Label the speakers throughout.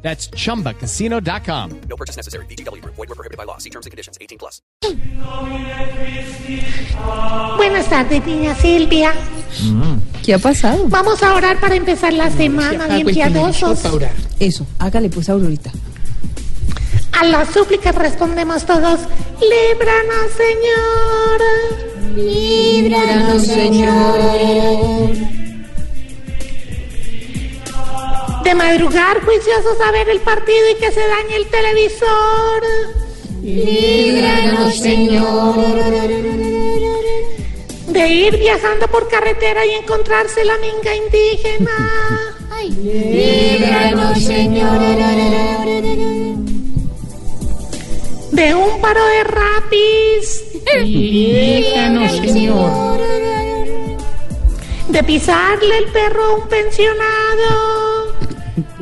Speaker 1: That's chumbacasino.com.
Speaker 2: No purchase necessary. BGW. Void were prohibited by law. See terms and conditions. 18 plus.
Speaker 3: Buenas tardes, niña Silvia.
Speaker 4: ¿Qué ha pasado?
Speaker 3: Vamos a orar para empezar la semana bien piadosos.
Speaker 4: Eso, hágale pues a Aurorita.
Speaker 3: A las súplicas respondemos todos, líbranos, Señor. Líbranos, Señor. De madrugar juiciosos a ver el partido y que se dañe el televisor. Líbranos, Señor. De ir viajando por carretera y encontrarse la minga indígena. Líbranos, Señor. De un paro de rapis. Líbranos, Señor. De pisarle el perro a un pensionado.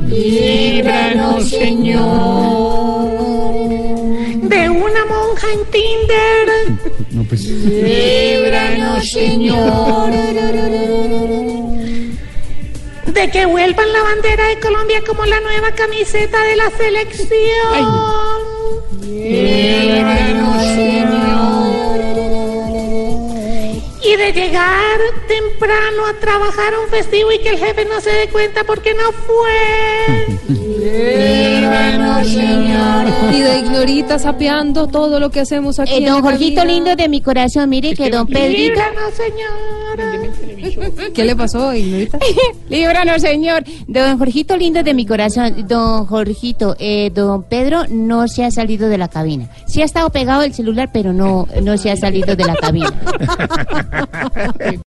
Speaker 3: Líbranos, Señor. De una monja en Tinder. Líbranos, Señor. De que vuelvan la bandera de Colombia como la nueva camiseta de la selección. Líbranos, Señor. Y de llegar temprano a trabajar un festivo y que el jefe no se dé cuenta porque no fue.
Speaker 4: Y de Ignorita sapeando todo lo que hacemos aquí.
Speaker 5: Eh,
Speaker 4: en
Speaker 5: don
Speaker 4: la
Speaker 5: Jorgito
Speaker 4: cabina.
Speaker 5: lindo de mi corazón, mire que don Pedrito.
Speaker 3: Líbranos, Señor.
Speaker 4: ¿Qué le pasó, Ignorita?
Speaker 5: Líbranos, señor. Don Jorgito lindo de mi corazón. Don Jorgito, eh, don Pedro no se ha salido de la cabina. Sí ha estado pegado el celular, pero no, no se ha salido de la cabina.